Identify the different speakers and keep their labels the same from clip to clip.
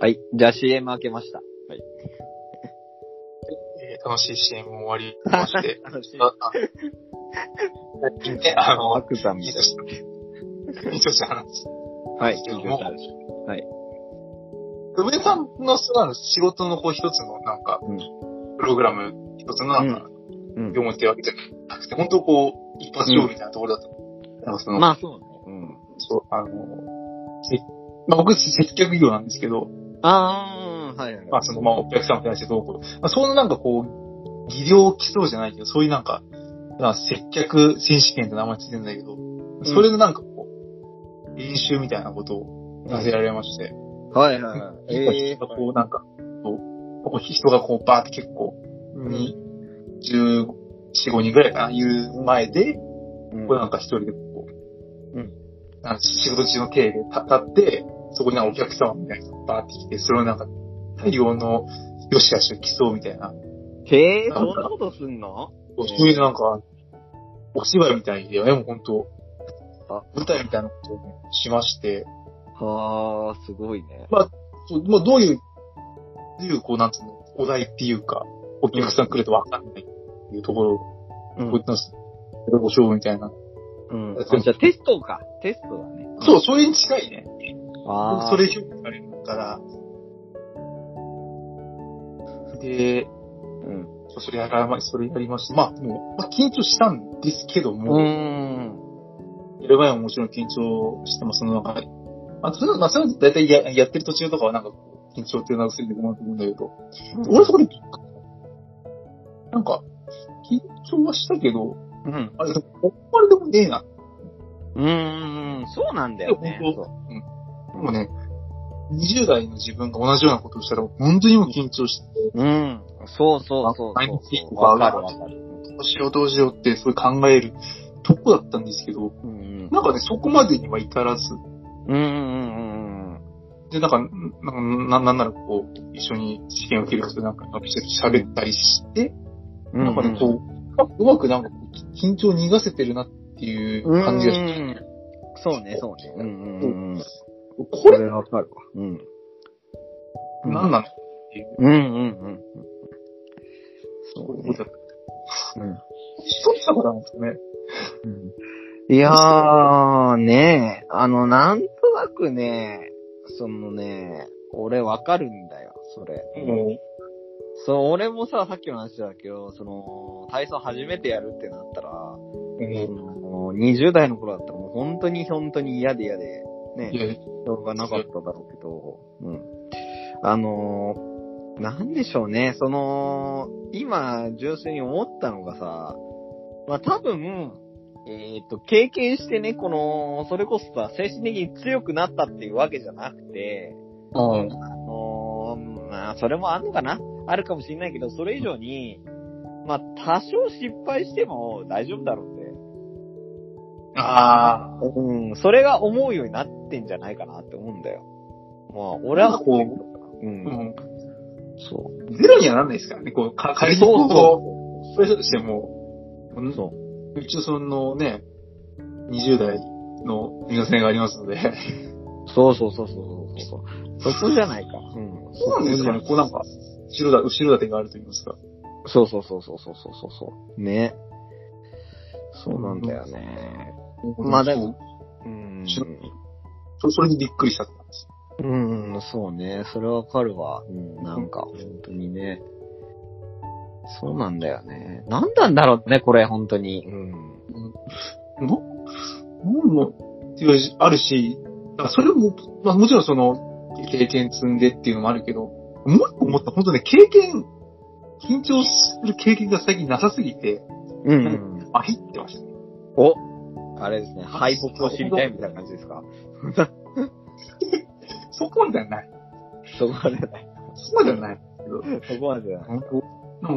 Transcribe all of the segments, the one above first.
Speaker 1: はい。じゃあ CM 開けました。
Speaker 2: えー楽しい CM も終わりまして、
Speaker 1: 楽しい
Speaker 2: ああ最近ね、あの、
Speaker 1: クさん
Speaker 2: いい年、いい年の話。
Speaker 1: はい。
Speaker 2: いいです
Speaker 1: も
Speaker 2: 久米さんのその仕事のこう一つのなんか、
Speaker 1: うん
Speaker 2: プログラム一つのなんか、
Speaker 1: ううん
Speaker 2: 業。務ってわけじゃなくて、本当こう、一発勝負みたいなところだと思う。なんかその、
Speaker 1: まあそうね。うん。
Speaker 2: そう、あの、せまあ、僕、接客業なんですけど、
Speaker 1: あー、はいはい。
Speaker 2: まあ、その、まあ、お客様に対してどうこう。まあ、そのなんかこう、技量基礎じゃないけど、そういうなんか、まあ、接客選手権って名前ついてんだけど、それのなんかこう、練習みたいなことをさせられまして、
Speaker 1: はいはいはい。
Speaker 2: やっぱ人がこう、なんか、こう、人がこう、バーって結構、に、14、5人ぐらいかな、いう前で、
Speaker 1: うん
Speaker 2: これなんか一人でこう、
Speaker 1: うん
Speaker 2: なんか仕事中の経営で立って、そこになんかお客様みたいなのがバーって来て、それをなんか大量の良し悪しを競うみたいな、
Speaker 1: へえ、そんなことすんの
Speaker 2: そういうなんか、お芝居みたいで、でも本当
Speaker 1: あ、
Speaker 2: 舞台みたいなことをねしまして、
Speaker 1: はー、すごいね。
Speaker 2: そうまあどういう、どういうこうなんつうの、お題っていうか、お客さん来るとわかんないっていうところを、
Speaker 1: う
Speaker 2: こういったんですご勝負みたいな。
Speaker 1: ん。うん。あじゃあテストか。テストだね。
Speaker 2: そう、それに近いね。
Speaker 1: あー。
Speaker 2: それ評価されるから。で、
Speaker 1: うん。
Speaker 2: それやらま、それやりました。まあ、もう、まあ、緊張したんですけど
Speaker 1: うー
Speaker 2: も、
Speaker 1: ん。
Speaker 2: やる前ももちろん緊張してます。その、はい。まあ、それは、まあ、それは大体ややってる途中とかはなんか、緊張っていうのはすると思うんだけど、俺そこで、なんか、緊張はしたけど、
Speaker 1: うん。
Speaker 2: あれ、でもあれでもねえな。
Speaker 1: うーん。そうなんだよね。
Speaker 2: いや
Speaker 1: そう
Speaker 2: でもね、20代の自分が同じようなことをしたら、本当にもう緊張して、
Speaker 1: うん。そうそうそう
Speaker 2: 毎
Speaker 1: そ
Speaker 2: 日
Speaker 1: う。わかるわかる。
Speaker 2: どうしようどうしようってすごい考えるとこだったんですけど、
Speaker 1: うん。
Speaker 2: なんかね、そこまでには至らず、
Speaker 1: うんうんうん。
Speaker 2: で、なんか、なんなんなんならこう、一緒に試験を受ける人となんか、喋ったりして、
Speaker 1: うん。
Speaker 2: なんかね、こう、うまくなんかこう、緊張を逃がせてるなっていう
Speaker 1: うん、
Speaker 2: 感じがし
Speaker 1: そうね、そうね。うんうんうん。
Speaker 2: これ、
Speaker 1: わかるわ。うん。
Speaker 2: なんなの
Speaker 1: うんうんうん。
Speaker 2: そう
Speaker 1: ね
Speaker 2: 一つだからなんですかね。
Speaker 1: いやー、ねえ、あの、なんとなくね、そのね、俺わかるんだよ、それ。
Speaker 2: も
Speaker 1: そう、俺もさ、さっきの話だけど、その、体操初めてやるってなったら、
Speaker 2: う、
Speaker 1: そ
Speaker 2: も
Speaker 1: の20代の頃だったらもう本当に本当に嫌で嫌で、
Speaker 2: う、
Speaker 1: ね、
Speaker 2: いや、
Speaker 1: 人がなかっただろうけど、うん。あのー、なんでしょうね、その、今、純粋に思ったのがさ、まあ多分、えっ、と、経験してね、この、それこそさ、精神的に強くなったっていうわけじゃなくて、
Speaker 2: うん。
Speaker 1: あのーまあ、それもあんのかなあるかもしれないけど、それ以上に、まあ、多少失敗しても大丈夫だろうって。
Speaker 2: ああ、
Speaker 1: うん、それが思うようになってんじゃないかなって思うんだよ。まあ、俺はこう、う、
Speaker 2: うんん。
Speaker 1: そう。
Speaker 2: ゼロにはなんないですからね、こう、か仮にこう、
Speaker 1: そ
Speaker 2: それとしても、
Speaker 1: う。そう
Speaker 2: ちそのね、20代の皆さんがありますので、
Speaker 1: う。そうそうそうそうそうそう。そこじゃないか。うん。
Speaker 2: そうなんですかね、こうなんか、後ろだ、後ろ盾があると言いますか。
Speaker 1: そうそうそうそうそうそうそうそう。ね。そうなんだよね。まあでもうん。
Speaker 2: そう、そそれにびっくりしたって感じ。
Speaker 1: うん、そうね。それわかるわ。うん、なんか、本当にね。そうなんだよね。なんなんだろうね、これ、本当に。うん。
Speaker 2: な、なんの、っていうのあるし、だからそれも、まあもちろんその、経験積んでっていうのもあるけど、もう一個思った、本当ね、経験、緊張する経験が最近なさすぎて、
Speaker 1: うん。
Speaker 2: あ、入ってました。
Speaker 1: おあれですね、敗北を知りたいみたいな感じですか
Speaker 2: そこまではない。
Speaker 1: そこまでじゃない。
Speaker 2: そこまではない。
Speaker 1: そこまでじゃない。
Speaker 2: 本当、なんか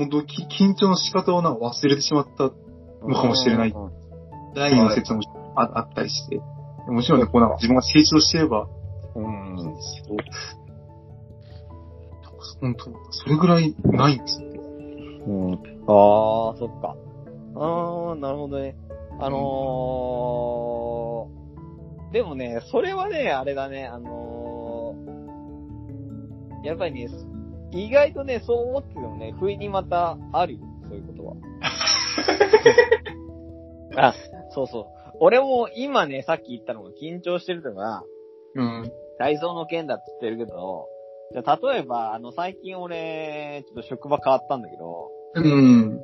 Speaker 2: 本当き、緊張の仕方をなんか忘れてしまったのかもしれない
Speaker 1: うん
Speaker 2: 第二の説もああったりして、もちろんね、こうなんか自分が成長してれば、
Speaker 1: うん。うん
Speaker 2: 本当、それぐらいないんですよ。
Speaker 1: うん。ああ、そっか。ああ、なるほどね。あのー、でもね、それはね、あれだね、あのー、やっぱりね、意外とね、そう思っててもね、不意にまたあるよ、そういうことは。 あ、そうそう。俺も今ね、さっき言ったのが緊張してるのが、
Speaker 2: うん。
Speaker 1: 体操の件だって言ってるけど、じゃあ例えば、あの、最近俺、ちょっと職場変わったんだけど、
Speaker 2: うん。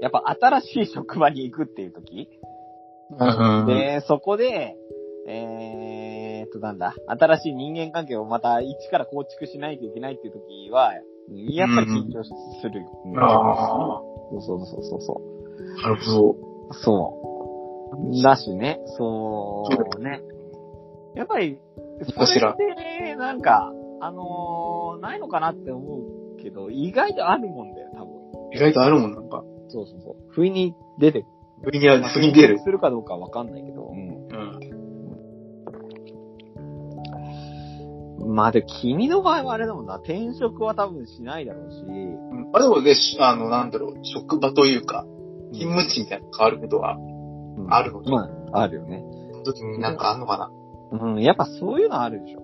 Speaker 1: やっぱ新しい職場に行くっていう時、
Speaker 2: うん。
Speaker 1: で、そこで、えーっと、なんだ、新しい人間関係をまた一から構築しないといけないっていう時は、やっぱり緊張する。
Speaker 2: ああ。
Speaker 1: そうそうそうそうそ
Speaker 2: なるほ
Speaker 1: う。そう。だしね、そうね。やっぱり、
Speaker 2: かしら
Speaker 1: それって、なんか、あのーないのかなって思うけど、意外とあるもんだよ、多分。
Speaker 2: ど。意外とあるもん、なんか。
Speaker 1: そうそうそう。不意に出てく
Speaker 2: 不意にある、不意に出る。
Speaker 1: するかどうかわかんないけど。うん
Speaker 2: うん。
Speaker 1: まあで、君の場合はあれだもんな、転職は多分しないだろうし、
Speaker 2: あ、でもね、しあの、なんだろう、職場というか、勤務地みたいなの変わることは、
Speaker 1: うん
Speaker 2: あるのか
Speaker 1: まあ、あるよね。
Speaker 2: その時になんかあんのかな。
Speaker 1: うん、やっぱそういうのあるでしょ。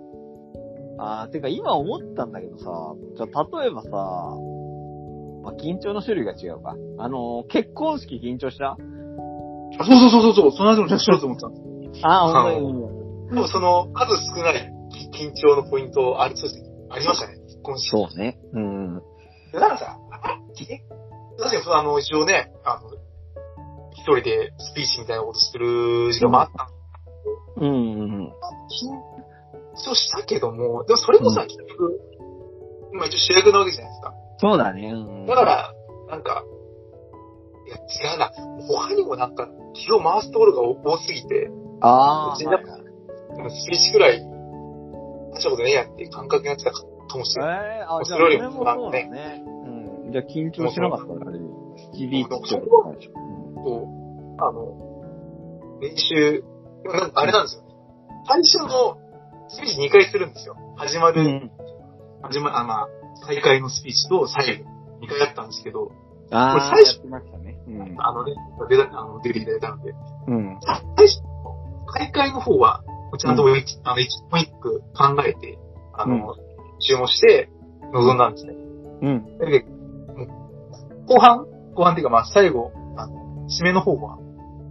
Speaker 1: あー、てか今思ったんだけどさ、じゃあ例えばさ、まあ緊張の種類が違うか。あのー結婚式緊張した
Speaker 2: あそうそうそうそう、そうその話もしようと思ってた。
Speaker 1: あー、
Speaker 2: はい
Speaker 1: ほんとに。
Speaker 2: でもその、数少ない緊張のポイントありそうですねありましたね、今週。
Speaker 1: そうね。うん。
Speaker 2: だからさ、あえ確かにその、あの、一応ね、あの、一人でスピーチみたいなことする時間もあったんで
Speaker 1: うんうん
Speaker 2: 緊張したけども、でもそれもさ、結局、今一応主役なわけじゃないですか。
Speaker 1: そうだね。うん
Speaker 2: だか、ら、なんか、いや、違うな。他にもなんか、気を回すところが多多すぎて、
Speaker 1: ああ、
Speaker 2: 人脈でもスピーチくらい、大したことねえやっていう感覚になってたかもしれない。
Speaker 1: えー、あ、じゃあ、
Speaker 2: それより
Speaker 1: 俺も
Speaker 2: 不安
Speaker 1: そうだ
Speaker 2: ね
Speaker 1: ね。うん。じゃあ、緊張しなかったから、あれ、響いてた
Speaker 2: そう
Speaker 1: でしょ。
Speaker 2: こう、あの、練習、でもなんかあれなんですよね。最初のスピーチ2回するんですよ。始ま
Speaker 1: う
Speaker 2: る、
Speaker 1: ん。
Speaker 2: 始まる、あ、まあ、再開のスピーチと最後、2回だったんですけど、
Speaker 1: ああ、
Speaker 2: これ最初
Speaker 1: やってましたね。
Speaker 2: あのね、出た、あの、出ていただいたので、
Speaker 1: うん。うん。
Speaker 2: 最初の開会の方は、ちゃんと一、あの、一本一句考えて、あの、注文して、臨んだんですね。
Speaker 1: うん。
Speaker 2: だけどもう後半、後半っていうか、まあ、最後、あの、締めの方は、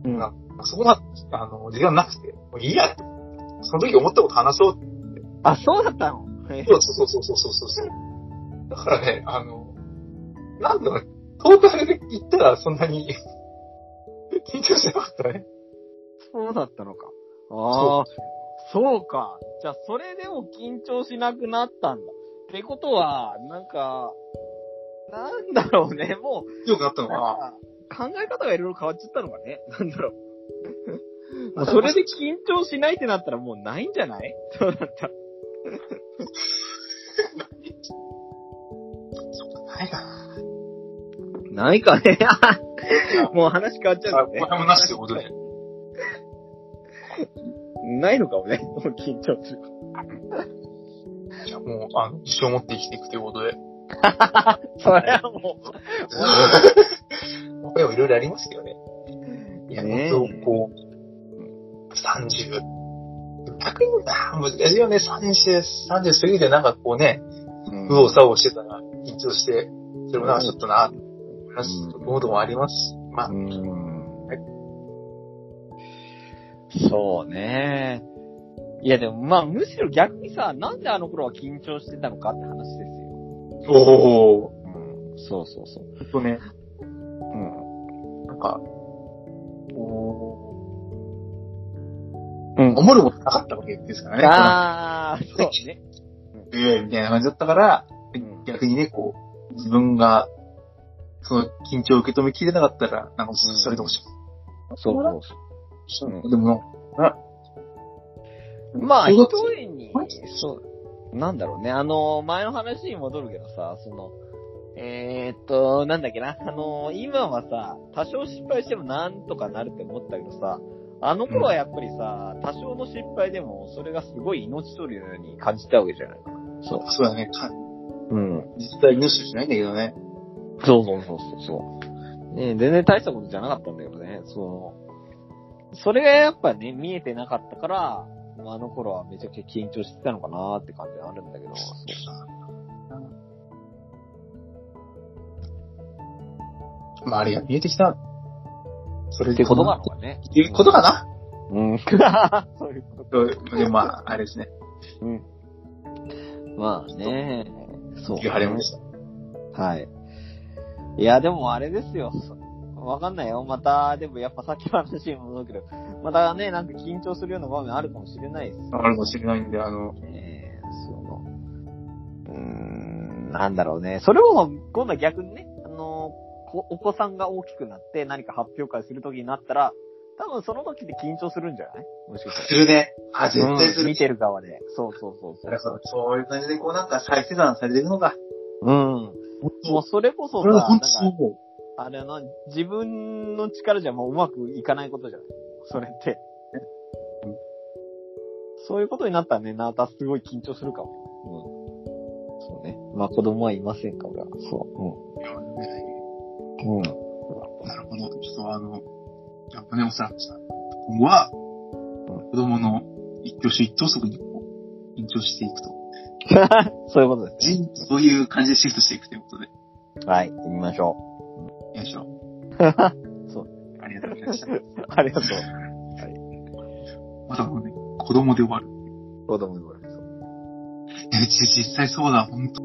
Speaker 1: うん。
Speaker 2: なそこが、あの、時間なくて、もういいやって。その時思ったこと話そうって。
Speaker 1: あ、そうだったのえ
Speaker 2: そうそうそうそうそうそうそう。だからね、あの、なんだろう、トータルで言ったらそんなに、緊張しなかったね。
Speaker 1: そうだったのか。ああ、そうか。じゃあ、それでも緊張しなくなったんだ。ってことは、なんか、なんだろうね、もう、
Speaker 2: 強くなったのかな。
Speaker 1: なんか考え方がいろいろ変わっちゃったのかね。なんだろう。 もうそれで緊張しないってなったらもうないんじゃないそうだった。
Speaker 2: ないかな。
Speaker 1: ないかね。 もう話変わっちゃ
Speaker 2: あ
Speaker 1: うんだ
Speaker 2: これ
Speaker 1: ね。
Speaker 2: もなしってことで。
Speaker 1: ないのかもね。もう緊張する。
Speaker 2: じゃあもう、あの、一生持って生きていくということで。
Speaker 1: それはも
Speaker 2: 他にもいろいろありますけどね。いや、
Speaker 1: ねえ
Speaker 2: 本当こう、30。逆に、あー難しいよね。30、30過ぎてなんかこうね、
Speaker 1: う。
Speaker 2: 右往左往してたら、緊張して、それもなんかちょっとな、話すこともありますし、まあ、
Speaker 1: そうね。いやでもまあむしろ逆にさ、なんであの頃は緊張してたのかって話ですよ。
Speaker 2: お
Speaker 1: う
Speaker 2: お
Speaker 1: ん、そうそうそう。
Speaker 2: ほんとね、
Speaker 1: う
Speaker 2: なんか、こ
Speaker 1: ん。
Speaker 2: う、守ることなかったわけですからね。
Speaker 1: ああ、 そうね。
Speaker 2: このええみたいな感じだったから、
Speaker 1: うん
Speaker 2: 逆にね、こう、自分が、その緊張を受け止めきれなかったら、なんかそそれでもし
Speaker 1: そうそう
Speaker 2: い。
Speaker 1: う
Speaker 2: でもな、
Speaker 1: そう。まあ、
Speaker 2: 小
Speaker 1: 一
Speaker 2: 学
Speaker 1: 重に、そう、なんだろうね。あの、前の話に戻るけどさ、その、えー、っと、なんだっけな。あの、今はさ、多少失敗してもなんとかなるって思ったけどさ、あの頃はやっぱりさ、多少の失敗でも、それがすごい命取りのように感じたわけじゃないか。そ
Speaker 2: そうだね、か
Speaker 1: う。うん。
Speaker 2: 実際入手しないんだけどね。
Speaker 1: そうそうそうそうそう。ねえ全然大したことじゃなかったんだけどね、そう。それがやっぱね、見えてなかった から、まああの頃はめちゃくちゃ緊張してたのかなって感じはあるんだけど、そう
Speaker 2: まあ、あれが見えてきた。それ
Speaker 3: って
Speaker 2: で
Speaker 3: ことなのかね。
Speaker 2: っていうことかな。
Speaker 1: うん。 そういうこ
Speaker 2: うんで、まあ、あれですね。
Speaker 1: と。うん。まあね。そう、
Speaker 2: 言われました。
Speaker 1: はい。いや、でもあれですよ。わかんないよ。また、でもやっぱさっきの話に戻るけど、またね、なんか緊張するような場面あるかもしれないですよ
Speaker 2: あるかもしれないんで、あの、
Speaker 1: ね。その、うーん、なんだろうね。それを、今度は逆にね、あの、こお子さんが大きくなって何か発表会する時になったら、多分その時で緊張するんじゃないもしかし
Speaker 2: するね。あ、
Speaker 1: た
Speaker 2: 絶
Speaker 1: ら。
Speaker 2: 対す
Speaker 1: うん
Speaker 2: る。
Speaker 1: 見てる側で。そうそうそう
Speaker 2: だから
Speaker 1: そ
Speaker 2: そうそういう感じで、こうなんか再生産されていくのが。
Speaker 1: う。うん。もうそれこそ
Speaker 2: こ
Speaker 1: さ、
Speaker 2: れは
Speaker 1: な
Speaker 2: 本
Speaker 1: ん
Speaker 2: 当
Speaker 1: か
Speaker 2: そう思う。
Speaker 1: あれの、自分の力じゃもううまくいかないことじゃないそれって
Speaker 2: うん。
Speaker 1: そういうことになったらね、なたすごい緊張するかも。うん。そうね。まあ子供はいませんか、俺は。そうん。うん。
Speaker 2: なるほど。ちょっとあの、やっぱね、おさらくさんは、子供の一挙手一投足にこう、緊張していくと。
Speaker 1: そういうことで
Speaker 2: 人、そういう感じでシフトしていくということで。
Speaker 1: す。はい。行きましょ
Speaker 2: よいし ょ。
Speaker 1: そう。
Speaker 2: ありがとうございました。
Speaker 1: う。 ありがとう。
Speaker 2: まだもうね、子供で終わる。
Speaker 1: 子供にもらいます。
Speaker 2: いや、実際そうだ、本当